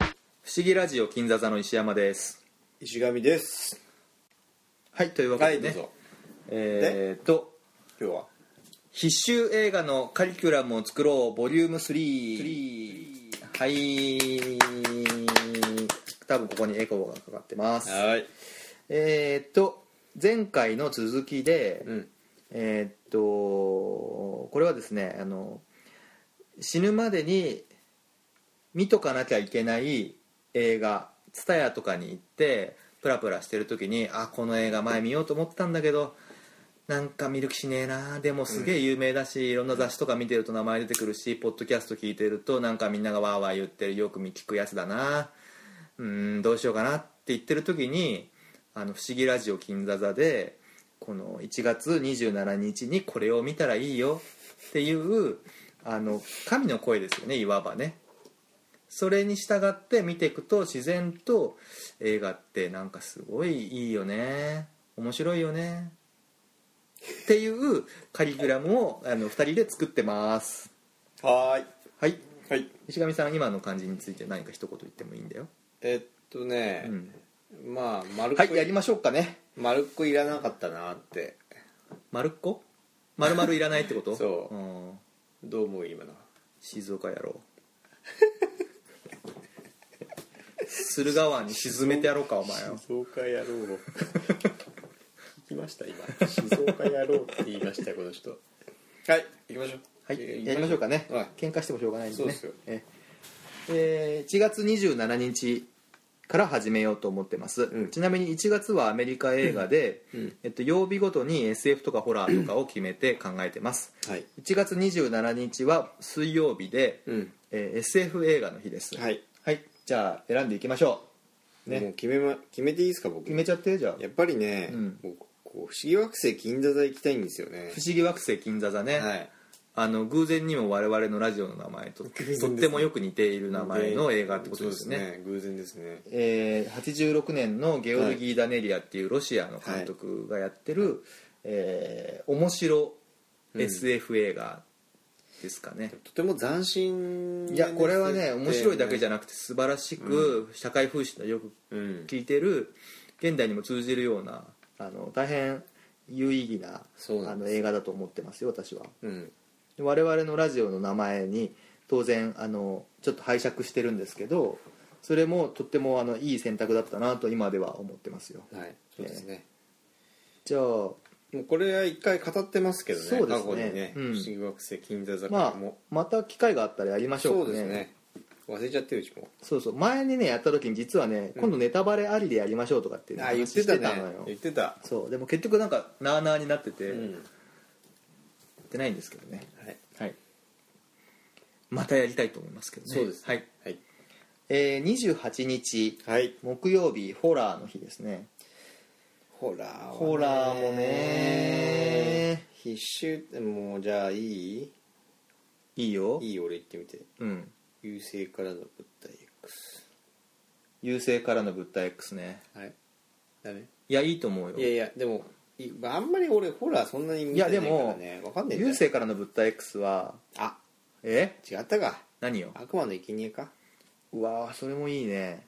思議ラジオ金座座の石山です石上ですはいというわはけいどでね、うぞえー、っと今日は必修映画のカリキュラムを作ろうボリューム3はい多分ここにエコーがかかってますはいえー、っと前回の続きで、うんえーっとこれはですねあの死ぬまでに見とかなきゃいけない映画 TSUTAYA とかに行ってプラプラしてる時にあこの映画前見ようと思ってたんだけどなんか見る気しねえなでもすげえ有名だし、いろんな雑誌とか見てると名前出てくるしポッドキャスト聞いてるとなんかみんながわーわー言ってるよく聞くやつだなうーんどうしようかなって言ってる時に「あの不思議ラジオ金座座」でこの1月27日にこれを見たらいいよっていうあの神の声ですよねいわばねそれに従って見ていくと自然と映画ってなんかすごいいいよね面白いよねっていうカリグラムをあの2人で作ってますはーいはいはい石上さん今の感じについて何か一言言ってもいいんだよ、えっとね、うんまあ丸っはこいやりましょうかね丸っこいらなかったなって丸っこ丸々いらないってことそううんどう思う今の静岡やろう 駿河湾に沈めてやろうかお前を静岡野 郎聞きました今静岡野郎って言いましたこの人はい行きましょうはいやりましょうかねはい喧嘩してもしょうがないんでねそうですよええー1月27日から始めようと思ってます、うんちなみに1月はアメリカ映画で、えっと、曜日ごとに SF とかホラーとかを決めて考えてますはい1月27日は水曜日で、うんえー SF 映画の日ですはい、はい、じゃあ選んでいきましょうねもう決め,、ま、決めていいですか僕決めちゃってじゃあやっぱりね、うんもうこう不思議惑星銀座座行きたいんですよね不思議惑星金座座ね、はいあの偶然にも我々のラジオの名前と、然ですとねってもよく似ている名前の映画ってことですねそう偶然ですねえー86年のゲオルギー・ダネリアっていうロシアの監督がやってる、えー面白 SF 映画ですかね、とても斬新いやこれはね面白いだけじゃななくて素晴らしく社会風刺のよくうん聞いてる現代にも通じるようなあの大変有意義なそうなあんでのす映画だと思ってますよ私はうんで我々のラジオの名前に当然あのちょっと拝借してるんですけどそれもとってもあのいい選択だったなと今では思ってますよはいそうですね、じゃあもうこれは一回語ってますけどねそうですね過去にね、うん不思議惑星金座座まあも、また機会があったらやりましょそううかでねすね忘れちゃってるうちもそうそう前にねやった時に実はね今度ネタバレありでやりましょうとかっていうあ話言っしてたてねたのよ言ってたそうでも結局なんかなあなあになってて、うやんってないんですけどねはいはい、またやりたいと思いますけどねそうですはいはいえー、28日はい木曜日ホラーの日ですねホラーはねホラーもね必修ってもうじゃあいいいいよいい俺言ってみてうん優勢からの物体 X 優勢からの物体 X ねはいダメいやいいと思うよいやいやでもいあんまり俺ホラーそんなに見てないからいやねわかんない優勢からの物体 X はあえ違ったか何よ悪魔の生贄かうわーそれもいいね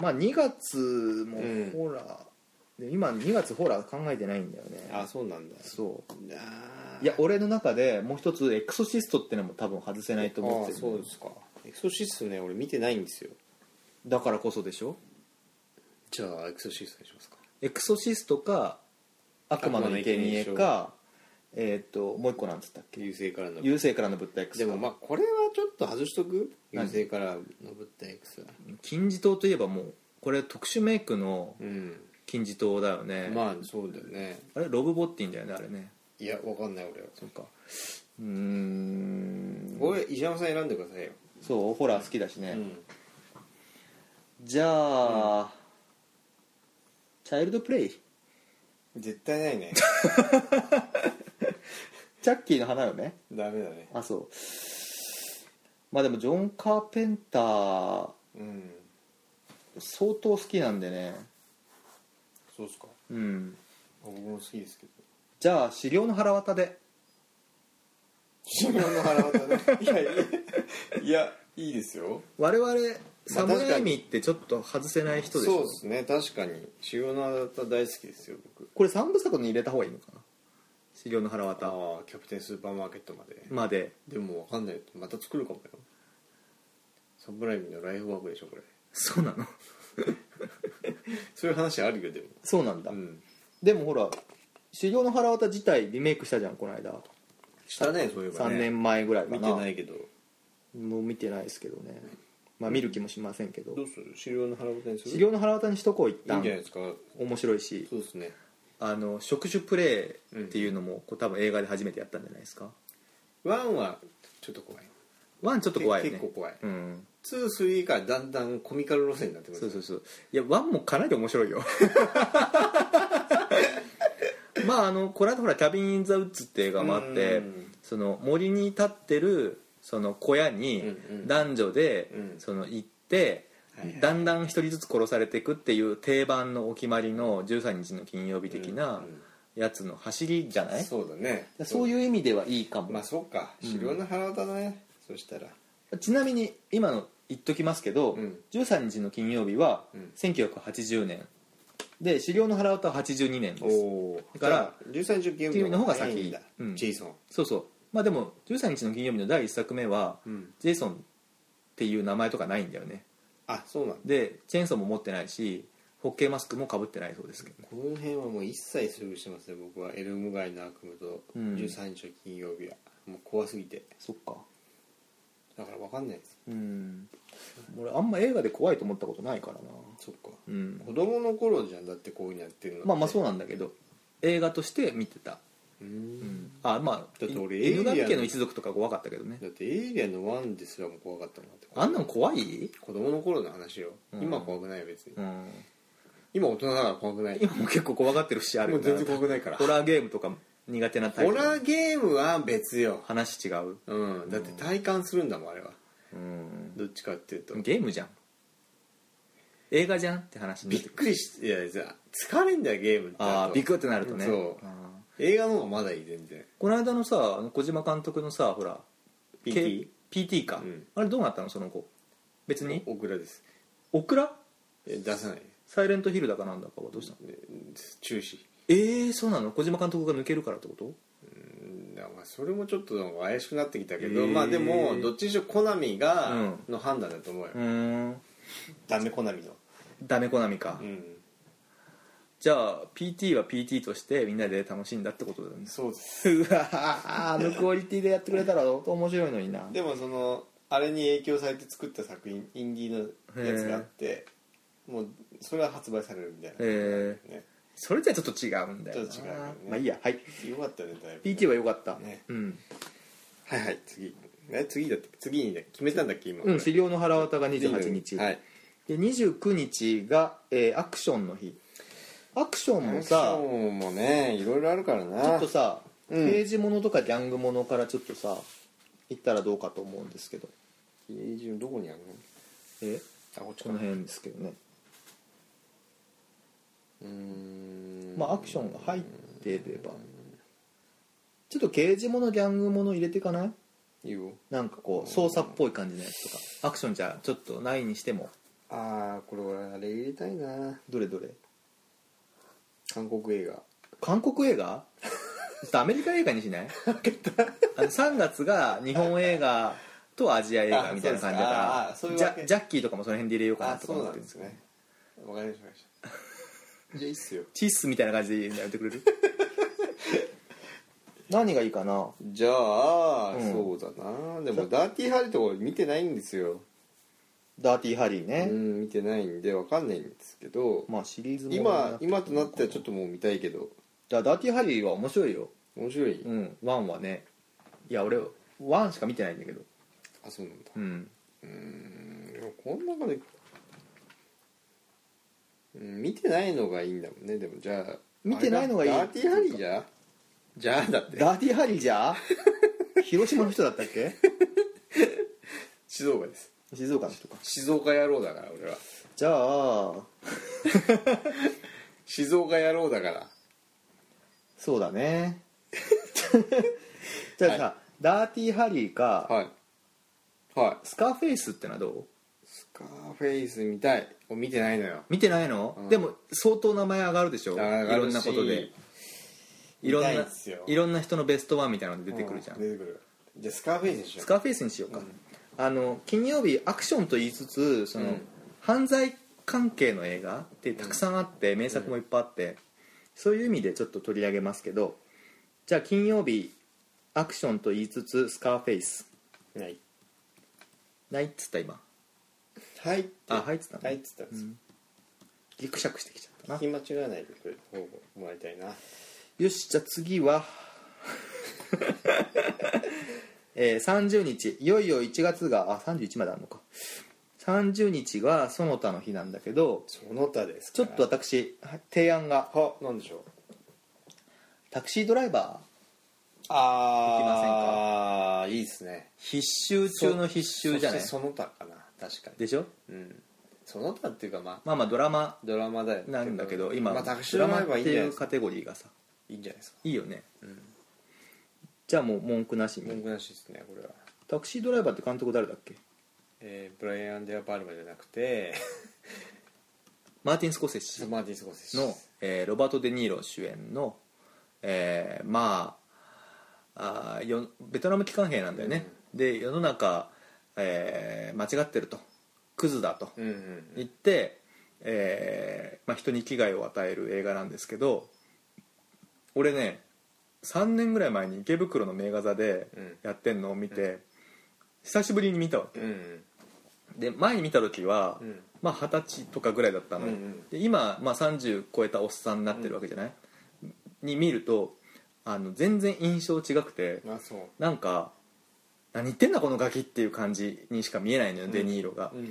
まあ2月もうんホラー、で今2月ホラー考えてないんだよねあそうなんだそうあーいや俺の中でもう一つエクソシストってのも多分外せないと思ってあーそうるですかエクソシストね俺見てないんですよだからこそでしょじゃあエクソシストにしますかエクソシストか悪魔の生贄悪魔の生贄かえっ、ともう一個なんつったっけ優勢からの優勢からの物体 X でかもまあこれはちょっと外しとく何優勢からの物体 X は金字塔といえばもうこれ特殊メイクのうん金字塔だよね、まあそうだよねあれロブボッティンだよねあれねいやわかんない俺はそうかうーんこれ石山さん選んでくださいよそうホラー好きだしね、うんじゃあ、チャイルドプレイ絶対ない ねチャッキーの花嫁ダメだねあそうまあでもジョン・カーペンターうん相当好きなんでねそうっすかうん僕も好きですけどじゃあ資料の腹渡で寿命の腹渡ねいやいやいやいいですよ我々サムライミってちょっと外せない人でしそょうですね確かに主要なあた大好きですよ僕これ三部作に入れた方がいいのかな「資料の腹あ渡あキャプテンスーパーマーケットまで」まででもわかんないまた作るかもよサムライミのライフワークでしょこれそうなのそういう話あるよでもそうなんだ、うんでもほら「資料の腹渡」自体リメイクしたじゃんこの間したねそういえば3ね年前ぐらいか見なてないけどもう見てないですけどねまあ見る気もしませんけどどうする資料の腹ごとにする資料の腹渡にしとこう一いいん旦じゃないですか面白いしそうですねあの触手プレイっていうのも、こう多分映画で初めてやったんじゃないですかワンはちょっと怖いワンちょっと怖いよね結構怖いうんツースリーからだんだんコミカル路線になってくるそうそうそういやワンもかなり面白 いよまああのこの間ほら「キャビン・イン・ザ・ウッズ」って映画もあってうんその森に立ってるその小屋にうんうん男女でうんその行ってはいはいだんだん一人ずつ殺されていくっていう定番のお決まりの13日の金曜日的なやつの走りじゃない、そうだねそういう意味ではいいかも、まあそうかうん狩猟の腹渡だね、そしたらちなみに今の言っときますけど、うん13日の金曜日はうん1980年で「狩猟の腹渡」は82年ですおだから13日ゲームっていうの方が先うんジェイソン、そうそうまあでも13日の金曜日の第1作目はジェイソンっていう名前とかないんだよねあそうなんだでチェーンソーも持ってないしホッケーマスクもかぶってないそうですけどねこの辺はもう一切スルーしてますね僕はエルム街の悪夢とうん13日の金曜日は、もう怖すぎてそっかだから分かんないですうん俺あんま映画で怖いと思ったことないからなそっかうん子供の頃じゃんだってこういうのやってるのまあまあそううなんだけど映画として見てた、ううんん、あまあだって俺い犬エイリアン神家の一族とか怖かったけどねだってエイリアンのワンですらも怖かったもんだってあんなん怖い、子供の頃の話よ、うん今は怖くないよ別に、うん、今大人だから怖くない今も結構怖がってる節あるもような全然怖くないからホラーゲームとか苦手なタイホプラーゲームは別よ、話違う、うん、だって体感するんだもんあれはうん、どっちかっていうとゲームじゃん映画じゃんって話になびっってくるくりしていやじゃあ疲れんだよゲームってああとビクってなるとねそうあー映画の方がまだいい全然この間のさあの小島監督のさほら PT K- PT か、うんあれどうなったのその子別にオクラですオクラえ出さないサイレントヒルだかなんだかはどうしたのえ中止ええー、そうなの小島監督が抜けるからってことうんだからまあそれもちょっとなんか怪しくなってきたけど、えーまあでもどっちにしろコナミがうんの判断だと思うよ、うーんダメコナミのダメコナミか、うんじゃあ PT は PT としてみんなで楽しんだってことだよねそうで すうわああのクオリティでやってくれたら本当面白いのになでもそのあれに影響されて作った作品インディーのやつがあってもうそれは発売されるみたいな、えー、ね、それじゃちょっと違うんだよなちょっと違うよねまあいいやはいよかったねだいぶ PT は良かった、ねうんはいはい次え次だって次にね決めたんだっけ今うん狩猟の腹渡が28日はいで29日が、えーアクションの日アクションもさアクションもねいろいろあるからなちょっとさ、うん刑事ものとかギャングものからちょっとさ行ったらどうかと思うんですけど家中どこにあるのえあこっちかこの辺ですけどね、うーんまあアクションが入ってればちょっと刑事ものギャングもの入れていかないいいよなんかこう操作っぽい感じのやつとかアクションじゃちょっとないにしてもああこれ俺あれ入れたいなどれどれ韓国映画韓国映画ちょっとアメリカ映画にしないあの3月が日本映画とアジア映画みたいな感じだあかそうらですかあーそうジいうわけャジャッキーとかもその辺で入れようかなあとかそう思なっんてるですねわかりましたわか りましたじゃあいいっすよチッスみたいな感じでやめてくれ る何がいいかなじゃあ、うんそうだなでもダーティーハリーとか俺見てないんですよダーティーハリーうね、ん見てないんでわかんないんですけどまあシリーズものにな今って今となってはちょっともう見たいけどじゃあダーティーハリーは面白いよ面白いうんワンはねいや俺ワンしか見てないんだけどあそうなんだうんうんでもこの中でうん見てないのがいいんだもんねでもじゃあ見てないのがいいあれだダーティーハリーじゃじゃあだってダーティーハリーじゃ 広島の人だったっけ 静岡です静岡の人か静岡野郎だから俺はじゃあ静岡野郎だからそうだ ねじゃあさ、ダーティーハリーか、はいはいスカーフェイスってのはどうスカーフェイス見たいお見てないのよ見てないの、うんでも相当名前上がるでしょい上がろるんしなことでい見ろんたないっすよいろんな人のベストワンみたいなの出てくるじゃん、う出てくるじゃあスカーフェイスでしょスカーフェイスにしようか、あの金曜日アクションと言いつつその、うん犯罪関係の映画ってたくさんあって、名作もいっぱいあって、そういう意味でちょっと取り上げますけどじゃあ金曜日アクションと言いつつスカーフェイスはいないっつった今はいってあはいっつったの、はいっつったんでうすよんギクシャクしてきちゃったな聞き間違えないでくれる方をもらいたいなよしじゃあ次は えー、30日いよいよ1月があ31まであるのか30日がその他の日なんだけどその他ですちょかっと私提案がはなんでしょうタクシードライバーああいいですね必修中の必修じゃないそしてその他かな確かにでしょうんその他っていうかまあまあまあドラマドラマだよなんだけど今、まあ、タクシードドララママってはいいいうんじゃないですかカテゴリーがさいいんじゃないですかいいよねうんじゃあもう文句なしに文句なしですねこれはタクシードライバーって監督誰だっけえー、ブライアン・デア・パルマじゃな くてマーティン・スコセッシマーティン・スコセッシの、えーロバート・デ・ニーロ主演の、えーまああーよベトナム機関兵なんだよね、で世の中、えー間違ってるとクズだとうんうん言って、えーまあ、人に危害を与える映画なんですけど俺ね3年ぐらい前に池袋の名画座でうんやってんのを見て、久しぶりに見たわけうんうんで前に見た時は、うんまあ二十歳とかぐらいだったの、うんうんで今、まあ、30超えたおっさんになってるわけじゃない、に見るとあの全然印象違くてまあそうなんか何言ってんだこのガキっていう感じにしか見えないのよ、んデ・ニーロが、うんうん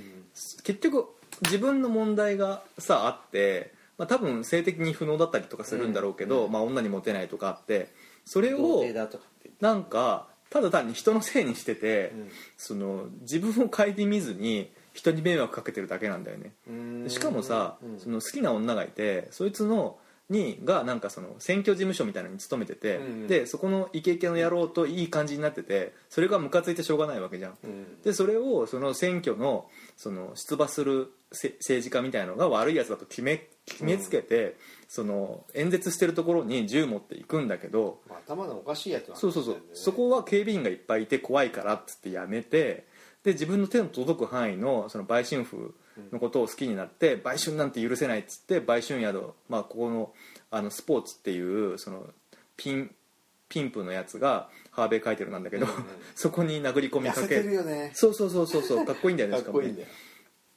結局自分の問題がさあって、まあ、多分性的に不能だったりとかするんだろうけど、うんまあ、女にモテないとかあってそれ童を貞だとかってなんかただ単に人のせいにしてて、言ってその自分を顧みずに人に迷惑かけてるだけなんだよねうんうんしかもさ、うんその好きな女がいてそいつのにがなんかその選挙事務所みたいなのに勤めてて、うんでそこのイケイケの野郎といい感じになっててそれがムカついてしょうがないわけじゃんうんでそれをその選挙のその出馬するせ政治家みたいのが悪いやつだと決め決めつけて、その演説してるところに銃持っていくんだけどまあ頭のおかしいやつなんだそようねそうそうそこは警備員がいっぱいいて怖いからっつってやめてで自分の手の届く範囲のその売春婦のことを好きになって売春なんて許せないっつって売春宿、まあ、ここのあのスポーツっていうそのピンピンプのやつがハーベイ書いてるなんだけど、うんうん そこに殴り込み痩かせけてるよねそうそうそうそうそうかっこいいんだよ ねかっこいいしんかもねだよ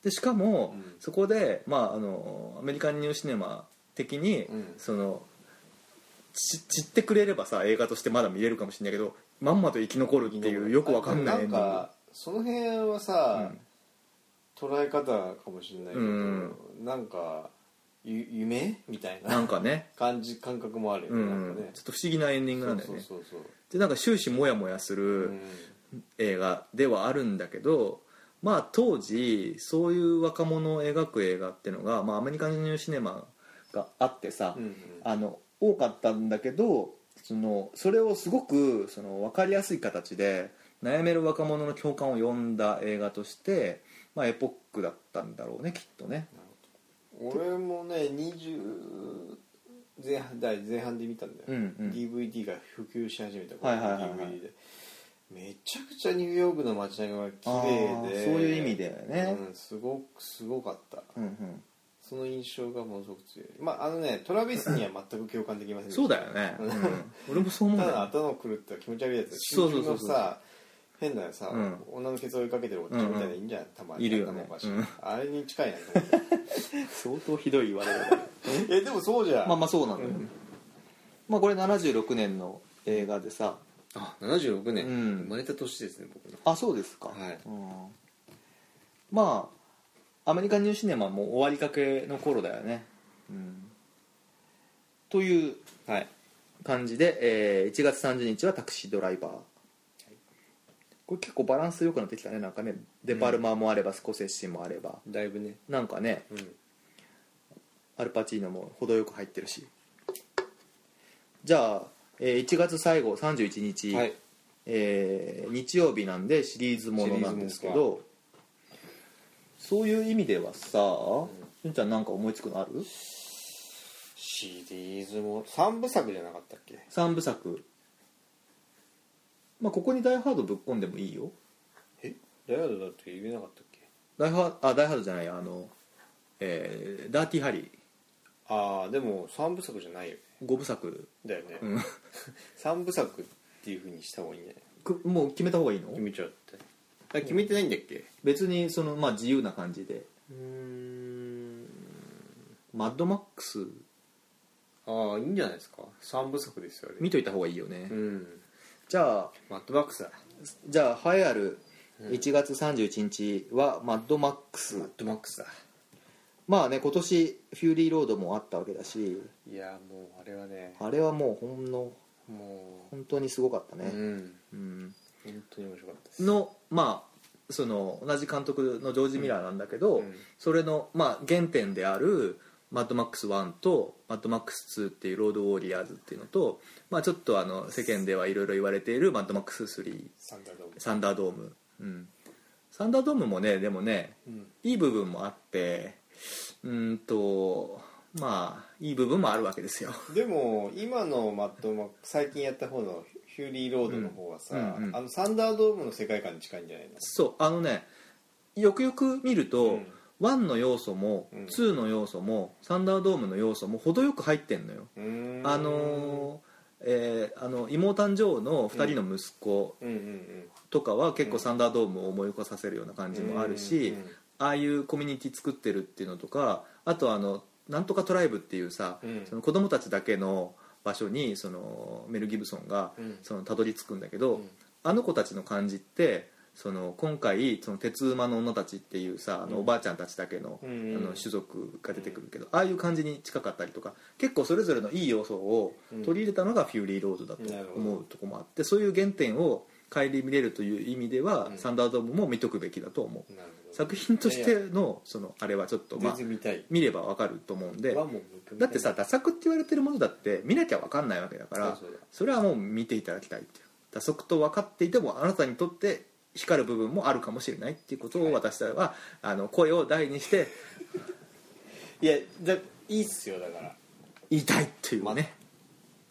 でしかも、うんそこで、まあ、あのアメリカンニューシネマ的に、うんそのち散ってくれればさ映画としてまだ見れるかもしれないけどまんまと生き残るっていうよくわかんないあでもなんかその辺はエンディンさグ捉え方かもしれないけどうんなんかゆ夢みたいうん、なん なかね,、感じ感覚もあるようねんなんかねちょっと不思議なエンディングそなんうだよそねうそうそうでなんか終始モヤモヤすうるん映画ではあるんだけど、まあ当時そういう若者を描く映画ってのが、まあ、アメリカンニューシネマがあってさ、うんうんあの多かったんだけどそのそれをすごくその分かりやすい形で悩める若者の共感を呼んだ映画として、まあ、エポックだったんだろうねきっとね俺もね20前半代前半で見たんだよ、うんうん DVD が普及し始めたはいはいはいはいこの DVD でめちゃくちゃニューヨークの街並みが綺あ麗ーでそういう意味だよねうん、すごくすごかったうんうんその印象がものすごく強いまああのねトラビスには全く共感できませんでしたそうだよね、うん、俺もそう思うん ただだよ頭の狂った気持ち悪いやつそうそうそうそう新宿のさ変なさ、うん女のケツ追いかけてるおっちゃんみたいなのいいんじゃん、たまにいるよね頭おかしいうんあれに近いなと思って相当ひどい言われ方だ えでもそうじゃんまあまあそうなのよ、まあこれ76年の映画でさあ76年、うん生まれた年ですね僕のあそうですか、はいうんまあアメリカンニューシネマも終わりかけの頃だよね、うん、というはい感じで、えー1月30日はタクシードライバーこれ結構バランス良くなってきたねなんかねデパルマもあればスコセッシもあれば、だいぶねなんかねうんアルパチーノも程よく入ってるしじゃあ、えー1月最後31日、はいえー日曜日なんでシリーズものなんですけシリーズもどそういう意味ではさ、しゅんちゃんなんか思いつくのあるシリーズも3部作じゃなかったっけ三部作まあここに「ダイ・ハード」ぶっ込んでもいいよえダイヤードだって言えなかったっけダイハあダイハードじゃないやあの、えーダーティーハリーああでも3部作じゃないよね5部作、だよね、うん、 三3部作っていうふうにした方がいいんじゃないくもう決めた方がいいの決めちゃうってあ決めてないんだっけ別にその、まあ、自由な感じでうん「マッドマックスああいいんじゃないですか3部作ですよ」あ見といた方がいいよね、うんじゃあマッドマックスだじゃあ栄えあるうん1月31日は「マッドマックス」マッドマックスだまあね今年「フューリーロード」もあったわけだしいやーもうあれはねあれはもうほんのも本当にすごかったう、ね、うんうん本当に面白かったですのまあその同じ監督のジョージ・ミラーなんだけど、うんそれの、まあ、原点である「マッドマックス1」と「マッドマックス2」っていう「ロード・ウォリアーズ」っていうのと、まあ、ちょっとあの世間ではいろいろ言われている「マッドマックス3」サンダードームサンダードーム、うん、サンダードームもねでもねうんいい部分もあってうーんとまあいい部分もあるわけですよでも今のマッドマック最近やった方のヒューリーロードの方はさ、うんうんあのサンダードームの世界観に近いんじゃないのそうあのねよくよく見ると、1の要素もうん2の要素もサンダードームの要素も程よく入ってんのようーんあのーえーあの妹誕生の2人の息子うんうんとかは結構サンダードームを思い起こさせるようなうん感じもあるし、うんああいうコミュニティ作ってるっていうのとかあとあのなんとかトライブっていうさ、うんその子供たちだけの場所にそのメル・ギブソンがうんそのたどり着くんだけど、うんあの子たちの感じってその今回その鉄馬の女たちっていうさあうんのおばあちゃんたちだけの,、うんあの種族が出てくるけど、ああいう感じに近かったりとか結構それぞれのいい要素を取り入れたのがフューリーロードだと思うとこもあってそういう原点を顧みれるという意味では、うんサンダードームも見とくべきだと思う。なるほど作品としてのそのあれはちょっとま全あ然見たい見ればわかると思うんでワンも見たいだってさダ作って言われてるものだって見なきゃわかんないわけだからそうそうだそれはもう見ていただきたいっていう打足と分かっていてもあなたにとって光る部分もあるかもしれないっていうことはいを私たちはあの声を大にしていやだいいっすよだから言いたいっていうまね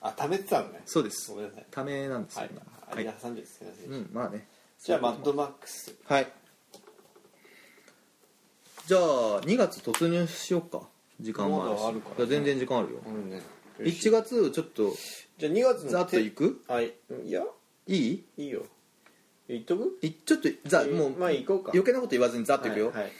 あ貯めてたのねそうですごめんなさいためなんですはよい今は間い挟んですすいません、うんまあねじゃあマッドマックスはいじゃあ2月突入しようか時間もあるしまだあるからねいや全然時間あるようんね1月ちょっとじゃあ2月のざっといくはいうんいやいいいいよ言っとくいちょっとざえーもうまあ行こうか余計なこと言わずにざっといくよ、はいはい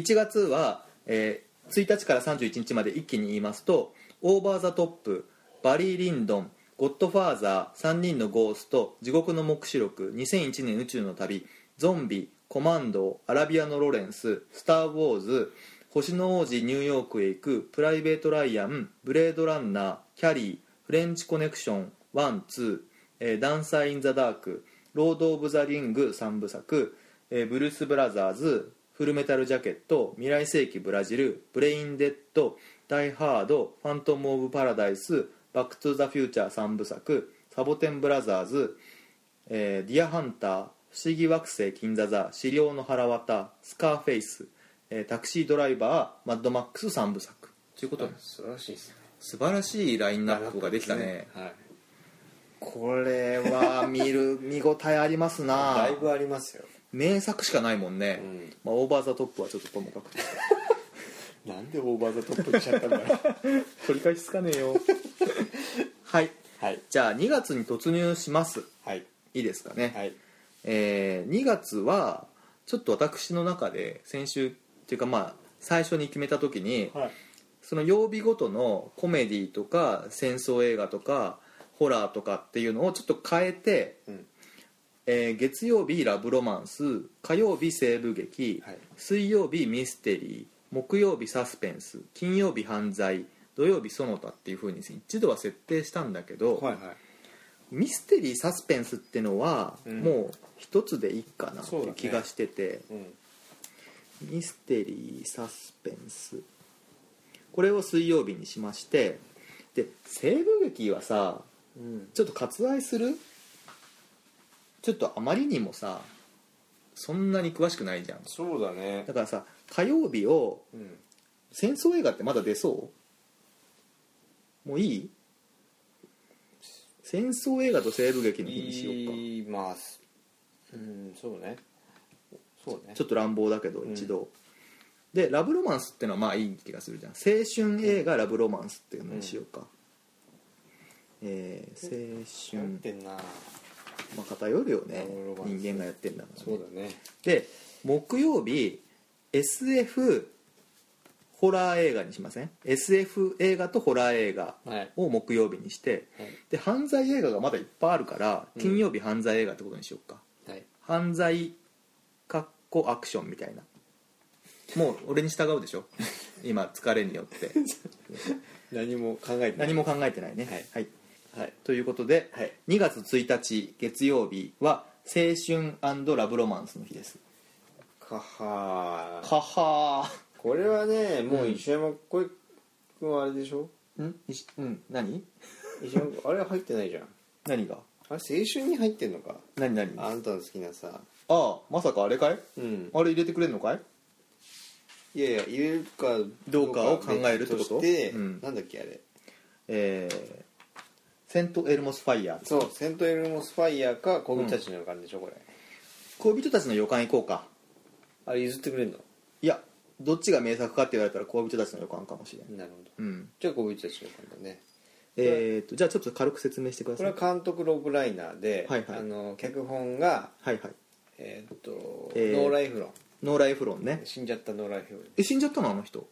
1月は、えー1日から31日まで一気に言いますと「オーバー・ザ・トップ」「バリー・リンドン」「ゴッドファーザー」「3人のゴースト」「地獄の黙示録」「2001年宇宙の旅」「ゾンビ」「コマンド」「アラビアのロレンス」「スター・ウォーズ」「星の王子ニューヨークへ行く」「プライベート・ライアン」「ブレード・ランナー」「キャリー」「フレンチ・コネクション」「ワン・ツー」えーダンサー・イン・ザ・ダーク」「ロード・オブ・ザ・リング」3部作、えーブルース・ブラザーズ」「フルメタル・ジャケット」「未来世紀ブラジル」「ブレイン・デッド」「ダイ・ハード」「ファントム・オブ・パラダイス」「バック・トゥ・ザ・フューチャー」3部作「サボテン・ブラザーズ」えーディアハンター」「不思議惑星金座座」「資料の腹渡」「スカーフェイス」えータクシードライバー」「マッドマックス」3部作ということであ素晴らしいですね素晴らしいラインナップができたねはいこれは見る見応えありますな だいぶありますよ名作しかないもんね、うんまあ、オーバー・ザ・トップはちょっとともかくなんでオーバーザトップにしちゃったんだろう取り返しつかねえよはい はいじゃあ2月に突入しますはいいいですかね、はいえ2月はちょっと私の中で先週っていうかまあ最初に決めた時に、はいその曜日ごとのコメディとか戦争映画とかホラーとかっていうのをちょっと変えてうんえー月曜日ラブロマンス火曜日西部劇、はい水曜日ミステリー木曜日サスペンス金曜日犯罪土曜日その他っていうふうに一度は設定したんだけど、はいはいミステリーサスペンスってのは、うんもう一つでいいかなってそうだいねう気がしてて、うんミステリーサスペンスこれを水曜日にしましてで西部劇はさうんちょっと割愛するちょっとあまりにもさそんなに詳しくないじゃんそうだねだからさ火曜日をうん戦争映画ってまだ出そうもういい戦争映画と西部劇の日にしようかいいますうんそうねそうねちょっと乱暴だけどうん一度、でラブロマンスってのはまあいい気がするじゃん青春映画ラブロマンスっていうのにしようか、えーやっ青春てんなまあ偏るよねラブロマンス人間がやってんだから、ね、そうだねで木曜日 SF ホラー映画にしません SF 映画とホラー映画はいを木曜日にしてはいで犯罪映画がまだいっぱいあるからうん金曜日犯罪映画ってことにしようか、はい犯罪かっこアクションみたいなもう俺に従うで しょ今疲れによって何も考えてない何も考えてないねはいはい、はいということで、はい2月1日月曜日は青春ラブロマンスの日ですかはーははこれはねもう石山こい君はあれでしょーんいしうん何石山君あれ入ってないじゃん何があれ青春に入ってんのか何何ああんたの好きなさあまさかあれかいうんあれ入れてくれるのかいいやいや入れるかどうかを考えるってことどうかは別してうんなんだっけあれえー、セント・エルモス・ファイヤーそうセントエルモスファイヤーか小口たちの感じでしょこれ恋人たちの予感行こうかあれ譲ってくれるのいやどっちが名作かって言われたら恋人たちの予感かもしれないなるほどうんじゃあ小口たちの感じだねえー、とじゃあちょっと軽く説明してくだこさいれは監督ロブ・ライナーで、はいはいあの脚本がはいはいえーっと、えーノーライフロノーライフロンねン死んじゃったノーライフロンえ死んじゃったのあの人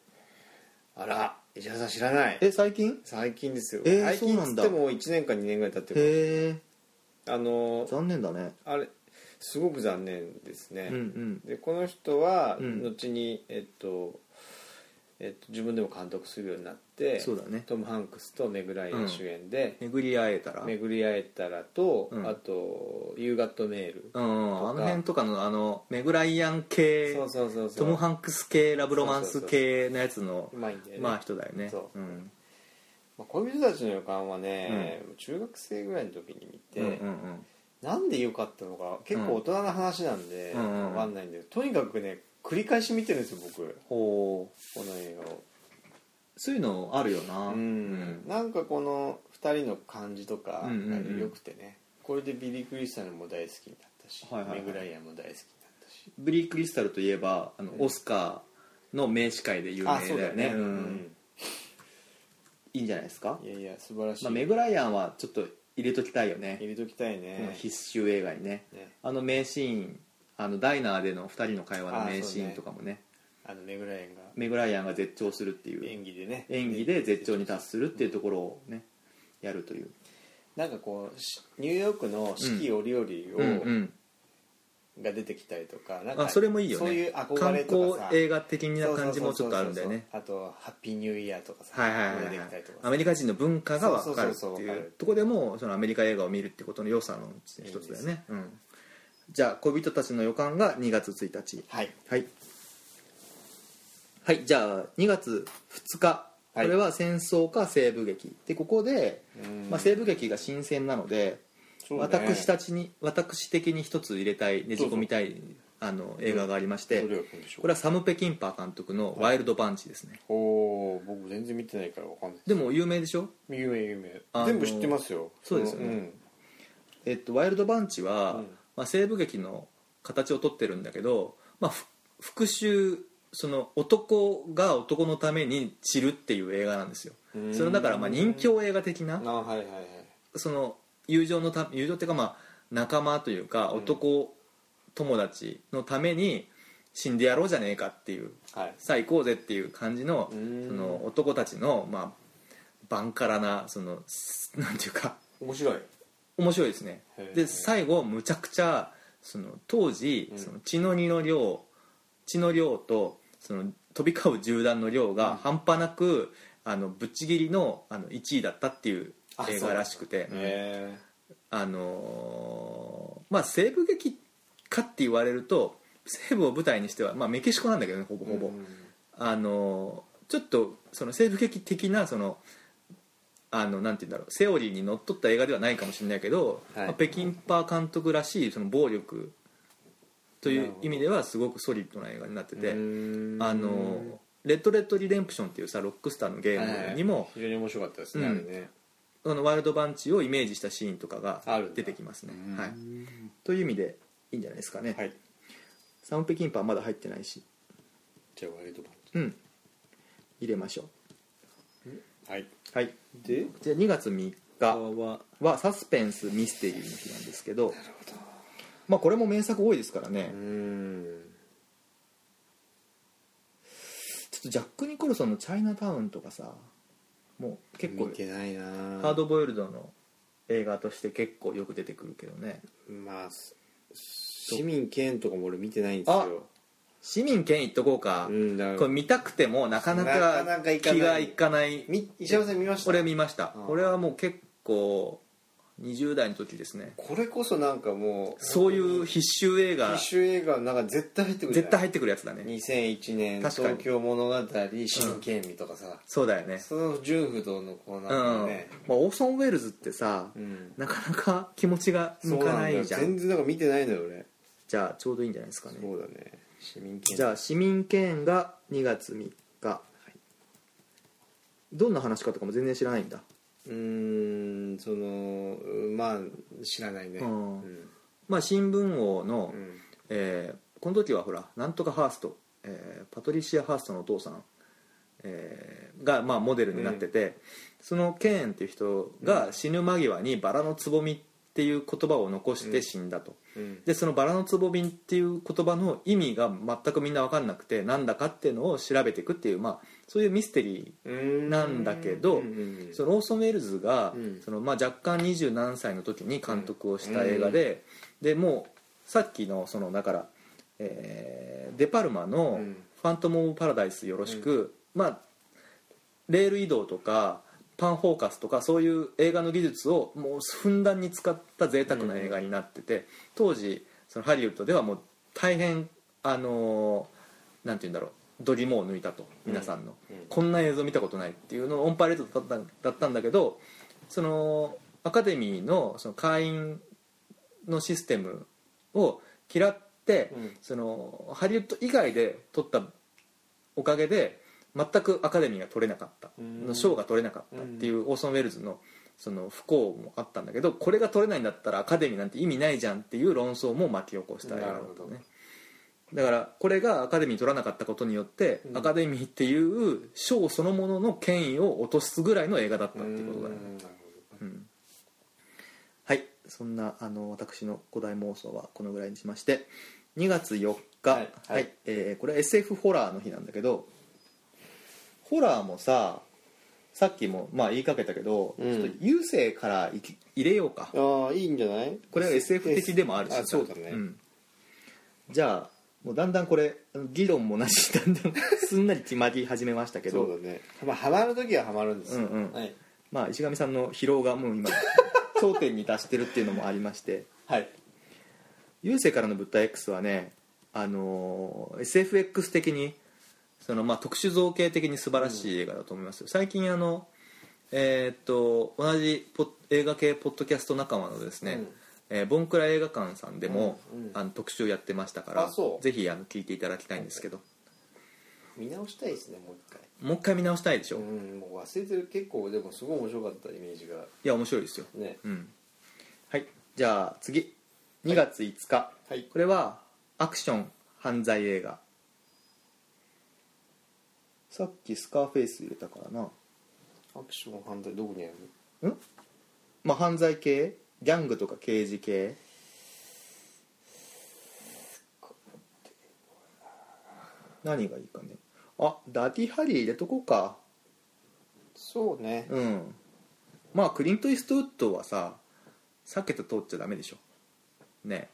あら石原さん知らないえ最近最近ですよ、えー最そう近なっつんっだても1年か2年ぐらい経ってるへえあの残念だねあれすごく残念ですね、うんうんでこの人はうん後に、えっとえっと、自分でも監督するようになってそうだねトム・ハンクスとメグ・ライアン主演で巡り会えたらう「ん巡り会えたらと」うんあと「夕方メール」あの辺とかのあのメグライアン系そうそうそうそうトム・ハンクス系ラブロマンス系のやつのうまいんだよね、まあ人だよねそううんまあ恋人たちの予感はね、中学生ぐらいの時に見て、うんうんなんで良かったのか結構大人の話なんで、うんうんうんわかんないんだけどとにかくね繰り返し見てるんですよ僕ほうこの映画をそういうのあるよなうん、なんかこの2人の感じとかうんうんうん良くてねこれでビリー・クリスタルも大好きになったし、はいはいはいメグ・ライアンも大好きになったしブリー・クリスタルといえばあのうんオスカーの名司会で有名あそうだだよよねね、うんいいんじゃないですかうんいやいや素晴らしい、まあ、メグライアンはちょっと入れときたいよね入れときたいこのね必修映画にねねあの名シーンあのダイナーでの2人の会話の名シーンとかもねあのメグ・ライアンがメグライアンが絶頂するっていう演技でね演技で絶頂に達するっていうところをねやるというなんかこうしニューヨークの四季折々を、うんうんが出てきたりとかなんかあそれもいいよねそういう憧観れ光とかさ映画的な感じもちょっとあるんだよねそうそうそうそうあとハッピーニューイヤーとかさ、はいはいはい出てはきたいりとかさアメリカ人の文化が分かるってそうそうそういわかうるとこでもそのアメリカ映画を見るってことの良さの一つだよねうんじゃあ恋人たちの予感が2月1日はいはい、はい、じゃあ2月2日こはいれは戦争か西部劇でここで、うんまあ、西部劇が新鮮なので、そうね私たちに私的に一つ入れたいねじ込みたいあの映画がありまして、どれが来るんでしょうこれはサム・ペキンパー監督の「ワイルド・パンチ」ですね、おー僕全然見てないからわかんないでも有名でしょ、有名有あの名全部知ってますよそうですよねんえっと、ワイルド・パンチは、うんまあ、西部劇の形をとってるんだけど、まあ、ふ復讐その男が男のために散るっていう映画なんですようんそれだからまあ人侠映画的なあはいはいはいその友情のた友情っていうかまあ仲間というかうん男友達のために死んでやろうじゃねえかっていうはいさあ行こうぜっていう感じのうんその男たちのまあバンカラなそのす なんていうか面白い面白いですねへえで最後むちゃくちゃその当時うんその血の荷の量血の量とその飛び交う銃弾の量うんが半端なくあのぶっちぎりのあの1位だったっていう映画らしくてへあのーまあ西部劇かって言われると西部を舞台にしては、まあ、メキシコなんだけどねほぼーほぼ、うんあのーちょっとその西部劇的なそのあのなんて言うんだろうセオリーにのっとった映画ではないかもしれないけど、はいまあ北京パー監督らしいその暴力といなうるほど意味ではすごくソリッドな映画になってて、ああのレッド・レッド・リデンプションっていうさロックスターのゲームにも、非常に面白かったですね、うんあれねそのワイルドバンチをイメージしたシーンとかがあるんだ、出てきますね、はいうんという意味でいいんじゃないですかね、はいサム・ペキンパーまだ入ってないしじゃあワイルドパンうん入れましょチはい、うはいでじゃあ2月3日ははサスペンスミステリーの日なんですけどまあこれも名作多いですからね、うんちょっとジャック・ニコルソンの「チャイナタウン」とかさもう結構見てないなハードボイルドの映画として結構よく出てくるけどねまあす市民権とかも俺見てないんですあよ市民権行っとこうか、うんだかこれら見たくてもなかなかなかなか行かない気がいかないみ石山さん見ましたこれ見ましたうんこれはもう結構20代の時ですねこれこそなんかもうそういう必修映画必修映画の中に絶対入ってくるじゃな絶い対入ってくるやつだね2001年確かに東京物語新権味とかさ、そうだよねその純不動のこうなんうんかね、まあオーソン・ウェルズってさうんなかなか気持ちがそ向うかななんだよいじゃん全然なんか見てないのよ俺じゃあちょうどいいんじゃないですかねそうだね市民権じゃあ市民権が2月3日どんな話かとかも全然知らないんだうーんそのうんまあ知らないねうんうんまあ新聞王のう、んえーこの時はほらなんとかハースト、えーパトリシア・ハーストのお父さん、えーが、まあ、モデルになってて、そのケーンっていう人が死ぬ間際に「バラのつぼみ」っていう言葉を残して死んだと、うんでその「バラのつぼみ」っていう言葉の意味が全くみんな分かんなくてなんだかっていうのを調べていくっていう、まあ、そういうミステリーうんなんだけどうんうんうんそのローソン・ウェルズが、うんそのまあ、若干二十何歳の時に監督をした映画で、でもうさっきのそのだから、えーデパルマうのん「ファントム・オブ・パラダイス」よろしく、まあレール移動とかパンフォーカスとかそういう映画の技術をもうふんだんに使った贅沢な映画になってて、当時そのハリウッドではもう大変あのーなんて言うんだろう度肝を抜いたと皆さんの、うんこんな映像見たことないっていうのをオンパレードだっただったんだけどそのアカデミーのその会員のシステムを嫌って、うんそのハリウッド以外で撮ったおかげで全くアカデミーが取れなかったうんの賞が取れなかったっていうオーソン・ウェルズのその不幸もあったんだけどこれが取れないんだったらアカデミーなんて意味ないじゃんっていう論争も巻き起こした映画だっなるたほどねだからこれがアカデミー取らなかったことによって、うんアカデミーっていう賞そのものの権威を落とすぐらいの映画だったっていうことだよねうんなるほどうんはいそんなあの私の古代妄想はこのぐらいにしまして2月4日、はいはいえーこれは SF ホラーの日なんだけどホラーもささっきもまあ言いかけたけど、うんちょっと優勢からいき入れようかああいいんじゃないこれは SF 的でもあるしさあそうだね、んじゃあもうだんだんこれ議論もなしだんだん すんなり決まり始めましたけそうど、だねまあハマる時はハマるんですよ、うんうんはい、まあ石上さんの疲労がもう今頂点に達してるっていうのもありましてはい、郵政からの物体 X はね、あのー SFX 的にその、まあ、特殊造形的に素晴らしい映画だと思いますよ、最近あの、えーっと同じポッ映画系ポッドキャスト仲間のですね、うんえーボンクラ映画館さんでも、うんうんあの特集をやってましたからあそうぜひあの聞いていただきたいんですけど見直したいですねもう一回もう一回見直したいでしょ、ういんもう忘れてる結構でもすごい面白かったイメージがや面白いですよ、ねうん、はいじゃあ次2月5日、はいこれはアクション犯罪映画さっきスカーフェイス入れたからなアクション反対どこにあるんまあ犯罪系ギャングとか刑事系何がいいかねあダディ・ハリー入れとこうかそうねうんまあクリント・イーストウッドはさ避けて通っちゃダメでしょね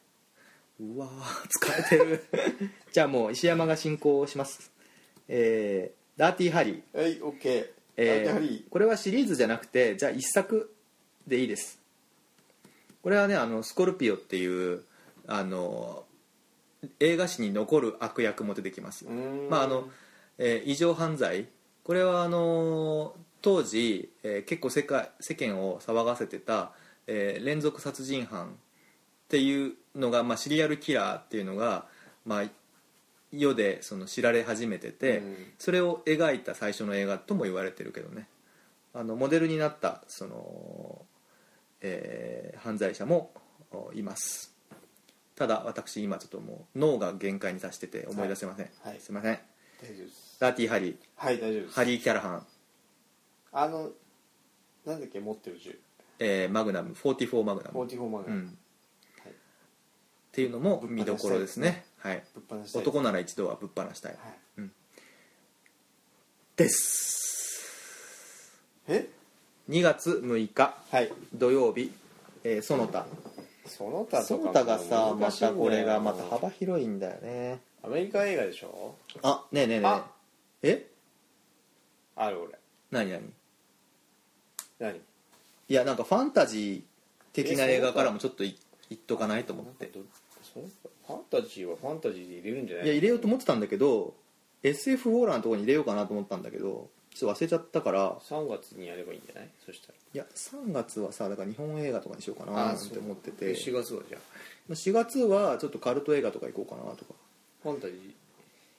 えうわー疲れて るじゃあもう石山が進行しますえーダーティーハリーはいオッケー、えーやはりこれはシリーズじゃなくてじゃあ一作でいいですこれはねあのスコルピオっていうあの映画史に残る悪役も出てきますうーんまああのえー異常犯罪これはあのー当時、えー結構世界世間を騒がせてた、えー連続殺人犯っていうのが、まあ、シリアルキラーっていうのが、まあ、世でその知られ始めてて、うんそれを描いた最初の映画とも言われてるけどねあのモデルになったその、えー犯罪者もおいますただ私今ちょっともう脳が限界に達してて思い出せません、はいはいすいません大丈夫ですラーティーハリーはい大丈夫ですハリー・キャラハン、あのなんだっけ持ってる銃えーマグナム44マグナム、 44マガうン、んっていうのも見どころですねはいぶっ放したい男なら一度はぶっ放したい、はいですえ2月6日はい土曜日、えーその他その他そとの他かがさま難しいたんだよこれがまた幅広いんだよねアメリカ映画でしょあねえねえねあええある俺何何何いやなんかファンタジー的なえ映画からもちょっとい言っとかないと思ってなんかどそのファンタジーはファンタジーで入れるんじゃないいや入れようと思ってたんだけど SF ホーラーのところに入れようかなと思ったんだけどちょっと忘れちゃったから3月にやればいいんじゃないそしたいや3月はさだから日本映画とかにしようからなって思ってて4月はじゃあまあ4月はちょっとカルト映画とか行こうかなとかファンタジ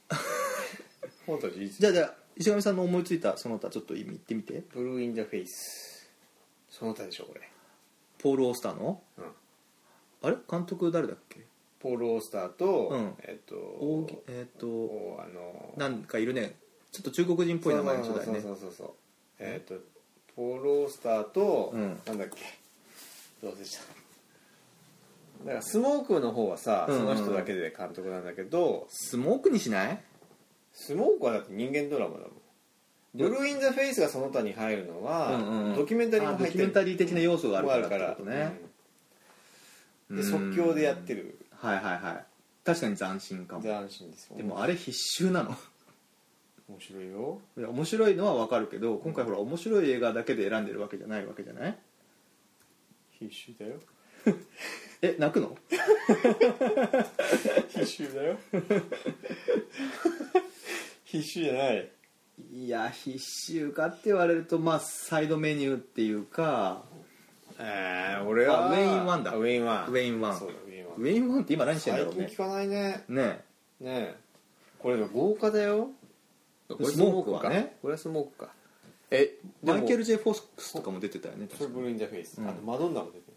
ー ファンタジーいつじゃあじゃあ石上さんの思いついたその他ちょっと言ってみてブルーインザフェイスその他でしょこれ、ポール・オースターのうん、あれ監督誰だっけポール・オースターと、うんえっと大木えっ、とおあのなんかいるねちょっと中国人っぽい名前の人だよねそうそうそうそうそうえっ、とポール・オースターと、うんなんだっけどうでしただからスモークの方はさ、うんうんその人だけで監督なんだけどスモークにしないスモークはだって人間ドラマだもんブルー・イン・ザ・フェイスがその他に入るのは、うんうんうんドキュメンタリーあもド入っキュてメるンタリー的な要素があるからってこともあるねからうんで即興でやってるはいはいはい確かに斬新かも斬新ですでもあれ必修なの面白いよいや面白いのはわかるけど今回ほら面白い映画だけで選んでるわけじゃないわけじゃない必修だよえ泣くの必修 だよ必修じゃないいや必修かって言われるとまあサイドメニューっていうかえー、俺あはウェインワンだウェインワンウェインワンそうだウェインワンウェイン・ワンって今何してんだ最ろう近ね聞かないねねねえこれ豪華だよこれスモークはねスモかこれはスモークかえでもマイケル・ J ・フォックスとかも出てたよねそれ確かブルーイン・ザ・フェイス、うんあとマドンナも出てる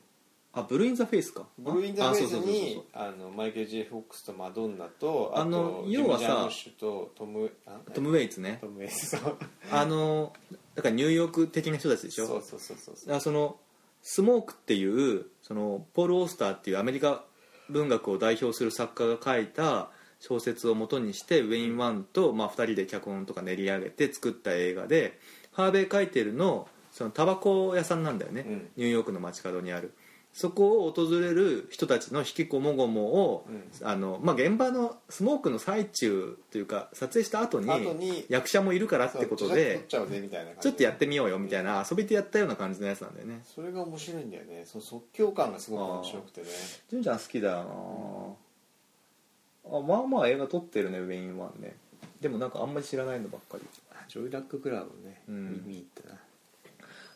あブルー・イン・ザ・フェイスかブルーイン・あザ・フェイスそうそうそうそうにあのマイケル・ J ・フォックスとマドンナとあのあとジ要ムはジさャームッシュとトムあトム・ウェイツねトムウェイスそうあのだからニューヨーク的な人たちでしょそうそうそうそうだからそのスモークっていうそのポール・オースターっていうアメリカ文学を代表する作家が書いた小説を元にしてウェイン・ワンと、まあ、2人で脚本とか練り上げて作った映画でハーベイ・カイテルのそのタバコ屋さんなんだよね、うんニューヨークの街角にあるそこを訪れる人たちの引きこもごもを、うあのまあ、現場のスモークの最中というか撮影した後に後に役者もいるからってことでそうちょっと取っちゃうぜみたいな感じちょっとやってみようよみたいな遊びでやったような感じのやつなんだよねそれが面白いんだよねその即興感がすごく面白くてね純ちゃん好きだよなあまあまあ映画撮ってるねウェインワンねでもなんかあんまり知らないのばっかりあジョイラック・クラブね、うん見に行ったな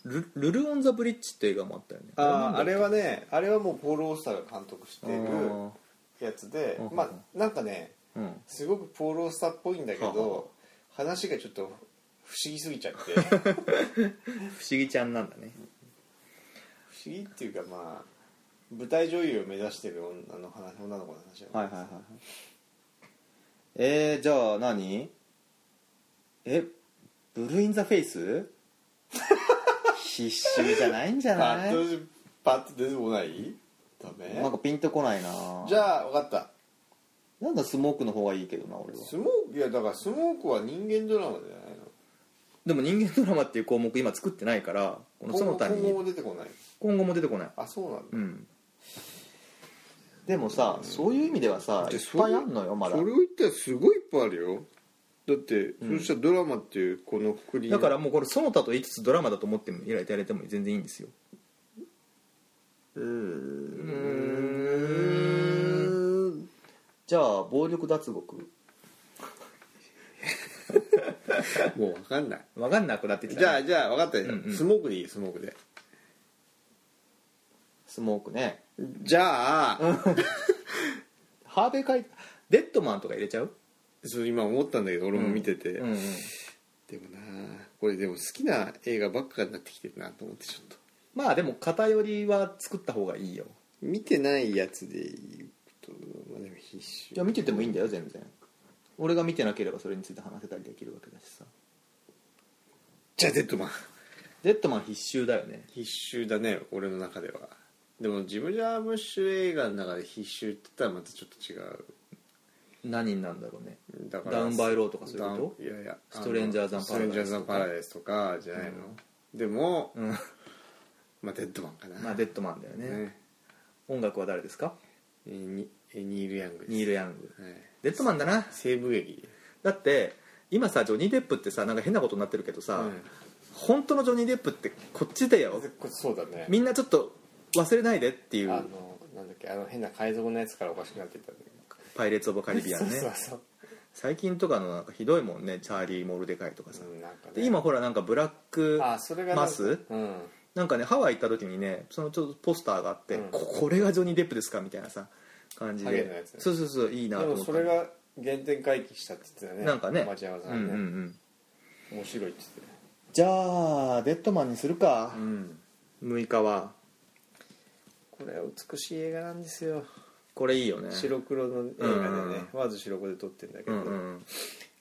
ルルル・オン・ザ・ブリッジって映画もあったよねあーあれれはねあれはもうポール・オースターが監督してなんだっけるやつでうんまあなんかねあーうんすごくポール・オースターっぽいんだけはあはど話がちょっと不思議すぎちゃって 不思不思議ちゃんなんだね議っていうかまあ舞台女優を目指してる女の話女の子の話だねはいはいはいはいえー、じゃあ何えブルー・イン・ザ・フェイス必修じゃないんじゃ パないッとパッと出てこないダなんかメピンとこないなじゃあ分かったなんだスモークの方がいいけどな俺はスモークいやだからスモークは人間ドラマじゃないのでも人間ドラマっていう項目今作ってないからこのその他今後にも出てこない今後も出てこないあそうなんだうんでもさそういう意味ではさいっぱいあんのよまだそれを言ったらすごいいっぱいあるよだって、うんそしたらドラマっていうこのくくりだからもうこれその他と言いつつドラマだと思ってもいただいても全然いいんですようーんじゃあ暴力脱獄もう分かんない分かんなくなってきたね、じゃあじゃあ分かった、うんうんスモークでいいスモークでスモークねじゃあ、ハーベイカイデッドマンとか入れちゃうそう今思ったんだけど俺も見てて、うんうんでもなあこれでも好きな映画ばっかになってきてるなと思ってちょっとまあでも偏りは作った方がいいよ見てないやつで言うとまあでも必死いや見ててもいいんだよ全然俺が見てなければそれについて話せたりできるわけだしさじゃあデッドマンデッドマン必修だよね必修だね俺の中ではでもジム・ジャームッシュ映画の中で必修って言ったらまたちょっと違う何になんだろうねだからダウンバイローとかそういうダウンこといやいやあのストレンジャーズストレンジャーズ・パパララダイスとかじゃないの、でも、うんまあ、デッドマンかな、まあデッドマンだよねね音楽は誰ですかえーにえーニール・ヤングですニール・ヤングはい、デッドマンだな西部劇だって今さジョニー・デップってさなんか変なことになってるけどさ、うん本当のジョニー・デップってこっちだよこれそうだねみんなちょっと忘れないでっていあうのなんだっけあの変な海賊のやつからおかしくなっていったんだけど「パイレーツ・オブ・カリビアンね」そうそう最近とかのなんかひどいもんねチャーリー・モルデカイとかさそう、うん、なんかねで今ほらなんかブラックあそれがなんマかスうんなんかねハワイ行った時にねそのちょっとポスターがあって、うんここれがジョニー・デップですかみたいなさ感じハゲのやでつねそうそうそういいでなと思もったそれが原点回帰したって言ってたよねなんかね町山さうんんね、うんうん面白いって言ってじゃあデッドマンにするかた、ん、 6日はこれは美しい映画なんですよこれいいよね白黒の映画でね、まず白黒で撮ってんだけど、うんうん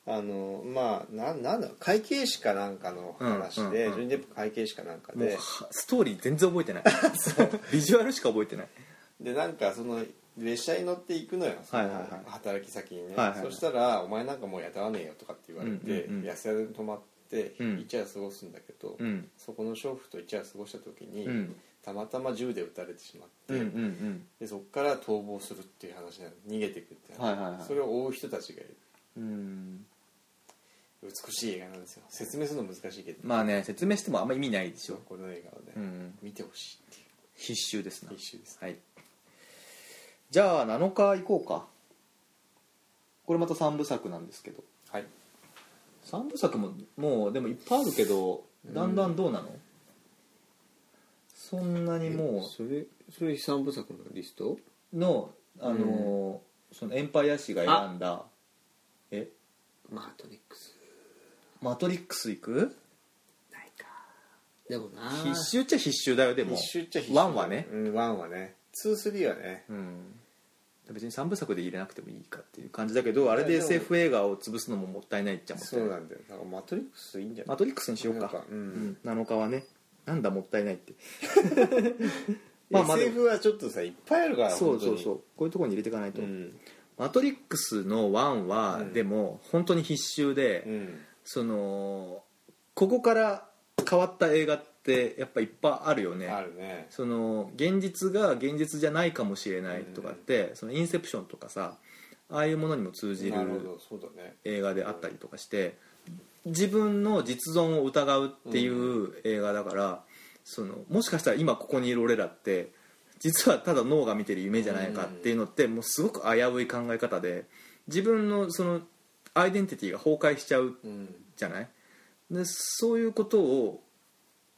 あのまあなんなんだろう会計士かなんかの話で、うんうんうんジョニー・デップ会計士かなんかもうではストーリー全然覚え てないビジュアルしか覚えてないでなんかその列車に乗って行くのよ、そのはいはいはい働き先にね、はいはいはいそしたら「お前なんかもうやたらねえよ」とかって言われて、うんうんうん安宿に泊まってうん一夜過ごすんだけど、うんそこの娼婦と一夜過ごした時に、うんたまたま銃で撃たれてしまって、うんうんでそこから逃亡するっていう話なの逃げていくっていうは話、いはいはいそれを追う人たちがいるうんうん美しい映画なんですよ説明するの難しいけど、まあね説明してもあんま意味ないでしょこの映画をね、うん見てほしいっていう必修ですな一周ですはいじゃあ7日行こうかこれまた3部作なんですけどはい3部作ももうでもいっぱいあるけどだんだんどうなの、そんなにもそれそれ三部作のリストうのあのー、そのエンパイア誌が選んだえマートリックスマトリックス行くないかでもな必修っちゃ必修だよでも必修っちゃ必修ワンはねうんワンはね23はねうん別に3部作で入れなくてもいいかっていう感じだけどあれでいやでも SF 映画を潰すのももったいないっちゃもったいそなういなんだよだからマトリックスいいんじゃなマいトリックスにしようかなんかうんうん7日はねなんだもったいないって ままあまああでも SF はちょっとさいっぱいあるからそうそうそううこういうところに入れていかないと、うんマトリックスの1は、うんでも本当に必修で、うんそのここから変わった映画ってやっぱいっぱいあるよねあるねその現実が現実じゃないかもしれないとかって、そのインセプションとかさああいうものにも通じるなるほどそうだね映画であったりとかして自分の実存を疑うっていう映画だから、そのもしかしたら今ここにいる俺らって実はただ脳が見てる夢じゃないかっていうのってもうすごく危うい考え方で自分のそのアイデンティティが崩壊しちゃううんじゃないでそういうことを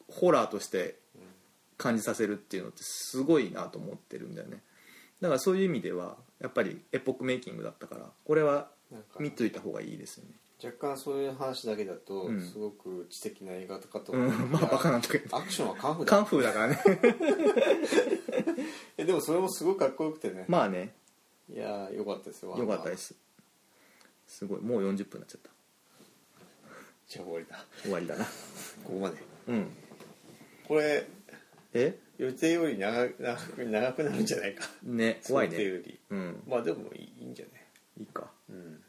ホラーとして感じさせるっていうのってすごいなと思ってるんだよねだからそういう意味ではやっぱりエポックメイキングだったからこれはなんか見といた方がいいですよね若干そういう話だけだとうんすごく知的な映画とかとうん まあバカなんだけどアクションはカンフーカンだフーだからね えでもそれもすごくかっこよくてねまあねいやーよかったですよよかったですすすごいもう40分になっちゃったじゃあ終わりだ終わりだなここまでうんこれえ予定より長く長く長くなるんじゃないかね 怖い想定ねよりうんまあでもいいんじゃないいいかうん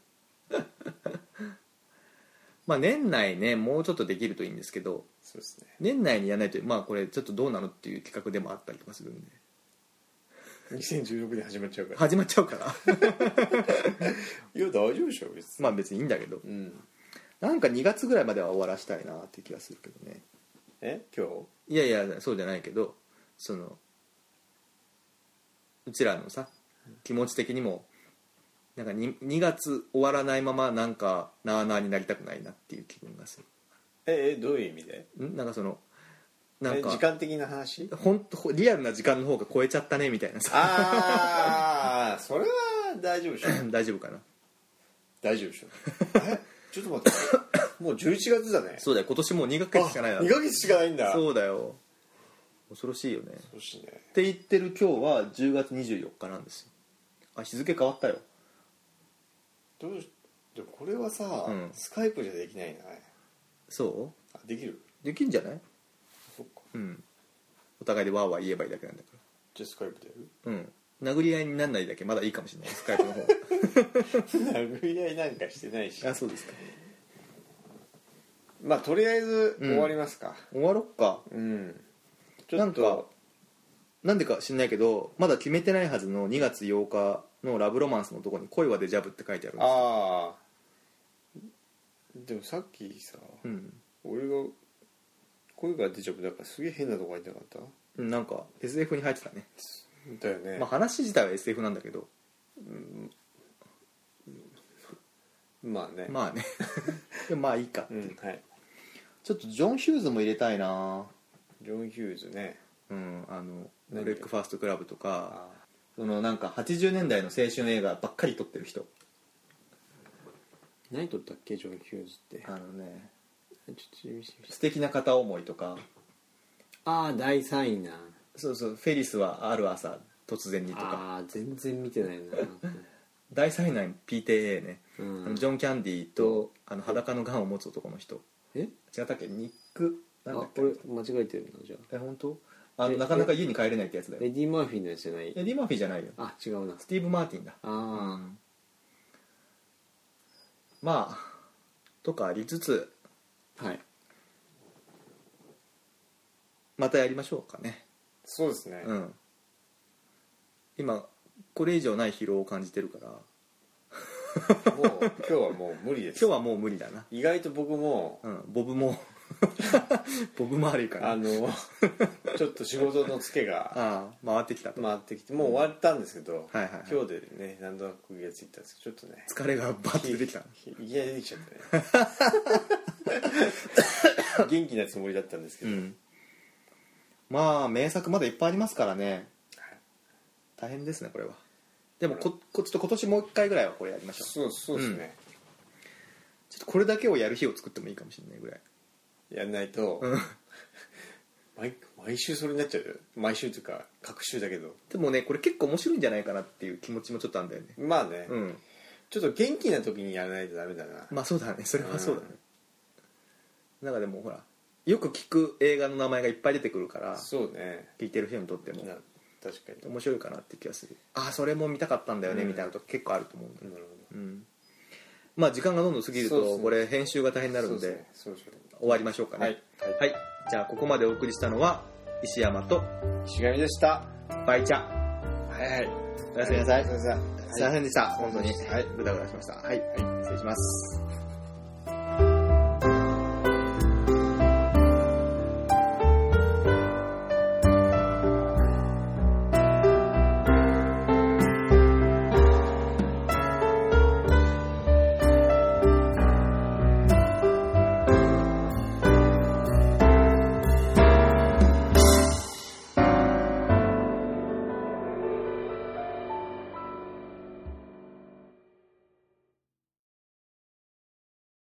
まあ年内ねもうちょっとできるといいんですけどそうですね年内にやらないとまあこれちょっとどうなのっていう企画でもあったりとかするんで2016年始まっちゃうから始まっちゃうから いや大丈夫でしょ別にまあ別にいいんだけどうんなんか2月ぐらいまでは終わらしたいなっていう気がするけどねえ今日いやいやそうじゃないけどそのうちらのさ気持ち的にもなんか 2, 2月終わらないままなんかなあなあになりたくないなっていう気分がすええどういう意味でるんなんかそのなえんか時間的な話本当リアルな時間の方が超えちゃったねみたいなさああそれは大丈夫でしょ 大丈夫かな大丈夫でしょえちょっと待ってもう11月だねそうだよ今年もう2ヶ月しかないなあ2ヶ月しかないんだそうだよ恐ろしいよねっそうしねて言ってる今日は10月24日なんですよあ日付変わったよどうしでもこれはさ、んスカイプじゃできないなそあできるうできんじゃないそっかうんお互いでわーわー言えばいいだけなんだかじゃあスカイプでや るらうん殴り合いになんないだけまだいいかもしれないスカイプの方殴り合いなんかしてない しあそうですかまあとりあえず終わりますか終わろっかうん、ちょなっんかとなんでか知んないけどまだ決めてないはずの2月8日の「ラブロマンス」のとこに「恋はデジャブ」って書いてあるんですよああでもさっきさ、うん俺が声が出ちゃうだからすげえ変なとこ入ってなかったうんなんか SF に入ってたね、だよねまあ、話自体は SF なんだけどまあね、まあね でもまあいいか、うんはいちょっとジョン・ヒューズも入れたいなジョン・ヒューズねうんあの「ブ何レックファーストクラブ」とかあそのなんか80年代の青春映画ばっかり撮ってる人何撮ったっけジョン・ヒューズってあのねちょっと見せて「素敵な片思い」とかああ第3位なそうそう「フェリスはある朝突然に」とかああ全然見て ないな「大災難 PTA ね」うんあのジョン・キャンディーとあの裸のがんを持つ男の人え違ったっけニックなあんだっけ俺間違えてるなじゃあえ本当あのえなかなか家に帰れないってやつだレよディ・マーフィーのやつじゃないエディ・マーフィーじゃないよあ違うなスティーブ・マーティンだああまあとかありつつはいまたやりましょうかねそうですねうん今これ以上ない疲労を感じてるからもう今日はもう無理で今日はもう無理だな意外と僕もうんボブも ボブ周りからああ のちょっと仕事のツケがあ回ってきたと、回ってきてもう終わったんですけど、はいはいはい今日でね何となくやついったんですけどちょっとね疲れがバッと出てきたいきなり出てきちゃったね元気なつもりだったんですけうど、んまあ名作まだいっぱいありますからねはい大変ですねこれはでもここちょっと今年もう一回ぐらいはこれやりましょうそうそうですね、ちょっとこれだけをやる日を作ってもいいかもしれないぐらいやんないと、うん毎毎週それになっちゃうよ毎週というか各週だけどでもねこれ結構面白いんじゃないかなっていう気持ちもちょっとあるんだよねまあね、うんちょっと元気な時にやらないとダメだな、まあそうだねそれはそうだね、なんかでもほらよく聞く映画の名前がいっぱい出てくるからそうね聞いてる人にとってもな確かに面白いかなって気がするああそれも見たかったんだよね、うんみたいなとこ結構あると思うんだよね、なるほどうんまあ時間がどんどん過ぎるそうですとねこれ編集が大変になるんそうですねそうですね終わりましょうかねはい、ははい、じゃあここまでお送りしたのは石山とい、しがみでしたバイチャはいはいおやすみなさいおやすみなさいすいませんでした本当にはいグダグダしましたはい、失礼します